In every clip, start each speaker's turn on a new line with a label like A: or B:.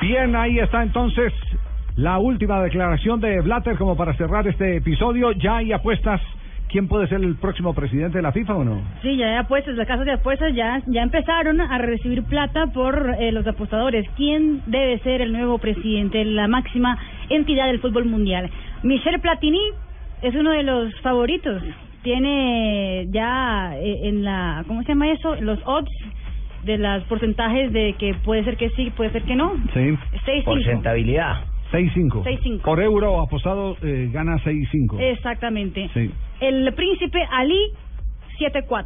A: Bien, ahí está entonces la última declaración de Blatter como para cerrar este episodio. Ya hay apuestas. ¿Quién puede ser el próximo presidente de la FIFA o no?
B: Sí, ya hay apuestas, las casas de apuestas ya, ya empezaron a recibir plata por eh, los apostadores. ¿Quién debe ser el nuevo presidente, la máxima entidad del fútbol mundial? Michel Platini es uno de los favoritos. Tiene ya eh, en la, ¿cómo se llama eso? Los odds de los porcentajes de que puede ser que sí, puede ser que no.
A: Sí.
B: 6-5.
C: Porcentabilidad.
A: 6-5.
B: 6-5.
A: Por euro apostado eh, gana 6-5.
B: Exactamente.
A: Sí.
B: El príncipe Ali, 7-4.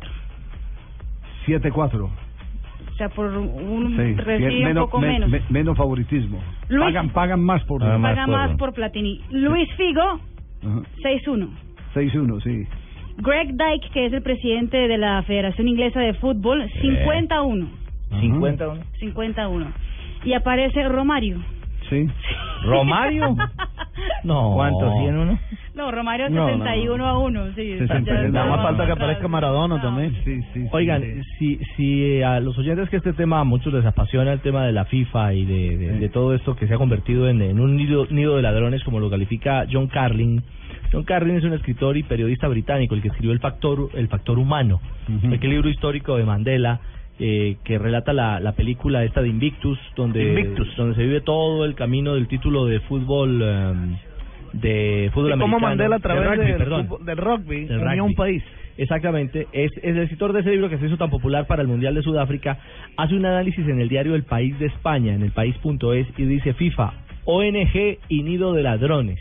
A: 7-4.
B: O sea, por un
A: Sí.
B: recibe
A: Bien,
B: un
A: menos,
B: poco
A: me-
B: menos.
A: me- menos favoritismo.
B: Luis-
A: Pagan, pagan más por.
C: Ah,
B: Paga
C: más por-
B: más por Platini. Luis Figo,
A: Ajá.
B: 6-1.
A: 6-1, sí.
B: Greg Dyke, que es el presidente de la Federación Inglesa de Fútbol, 51.
A: Ajá.
C: 50 uno.
B: 51. Y aparece Romario.
A: Sí.
C: ¿Romario?
A: No.
C: ¿Cuánto? ¿100 uno?
B: No, Romario
C: No, no,
B: 61 a 1. Sí,
A: Se
B: ya
A: siente-
B: está
A: nada más falta que
B: atrás.
C: aparezca Maradona también.
A: Sí, sí. sí, sí.
C: Oigan, si, si eh, a los oyentes que este tema a muchos les apasiona, el tema de la FIFA y de, de-
A: Sí.
C: de todo esto que se ha convertido en, en un nido, nido de ladrones, como lo califica John Carlin. John Carlin es un escritor y periodista británico, el que escribió El Factor, el factor Humano,
A: Ujú.
C: aquel libro histórico de Mandela. eh, que relata la, la película esta de Invictus, donde,
A: Invictus.
C: donde se vive todo el camino del título de fútbol em, de fútbol americano. de rugby, perdón
A: rugby
C: del rugby. Exactamente. Es, es el escritor de ese libro que se hizo tan popular para el Mundial de Sudáfrica. Hace un análisis en el diario El País de España, en el país.es, y dice FIFA, ONG y nido de ladrones.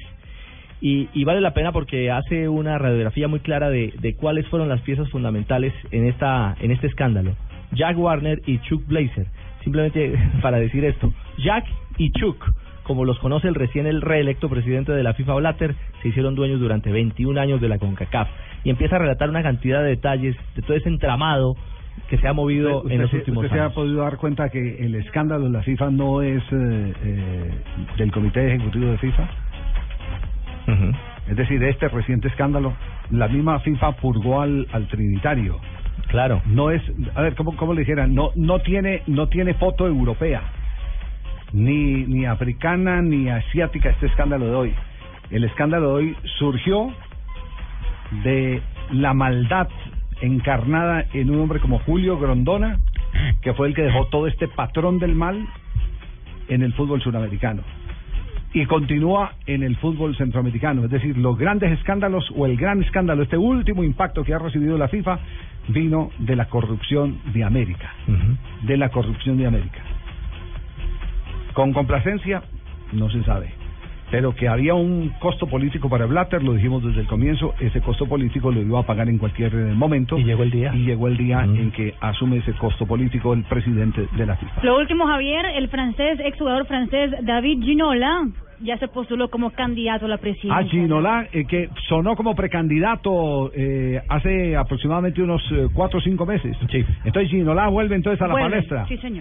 C: Y, y vale la pena porque hace una radiografía muy clara de, de cuáles fueron las piezas fundamentales en, esta, en este escándalo. Jack Warner y Chuck Blazer. Simplemente para decir esto, Jack y Chuck, como los conoce el recién el reelecto presidente de la FIFA Blatter, se hicieron dueños durante 21 años de la CONCACAF. Y empieza a relatar una cantidad de detalles de todo ese entramado que se ha movido
A: Usted-
C: en los
A: usted se-
C: últimos
A: usted se ha
C: años.
A: podido dar cuenta que el escándalo de la FIFA no es eh, eh, del Comité Ejecutivo de FIFA.
C: Ujú.
A: Es decir, de este reciente escándalo, la misma FIFA purgó al, al Trinitario.
C: Claro.
A: No es, a ver, ¿cómo, cómo le dijeran? No, no, tiene, no tiene foto europea, ni, ni africana, ni asiática este escándalo de hoy. El escándalo de hoy surgió de la maldad encarnada en un hombre como Julio Grondona, que fue el que dejó todo este patrón del mal en el fútbol suramericano. Y continúa en el fútbol centroamericano, es decir, los grandes escándalos o el gran escándalo, este último impacto que ha recibido la FIFA, vino de la corrupción de América,
C: Ujú.
A: de la corrupción de América. Con complacencia, no se sabe. Pero que había un costo político para Blatter, lo dijimos desde el comienzo, ese costo político lo iba a pagar en cualquier eh, momento.
C: Y llegó el día.
A: Y llegó el día
C: Mm.
A: en que asume ese costo político el presidente de la FIFA.
B: Lo último, Javier, el francés, exjugador francés David Ginola, ya se postuló como candidato a la presidencia.
A: Ah, Ginola, eh, que sonó como precandidato eh, hace aproximadamente unos eh, cuatro o cinco meses.
C: Sí.
A: Entonces Ginola vuelve entonces a la
B: Vuelve.
A: palestra.
B: Sí, señor.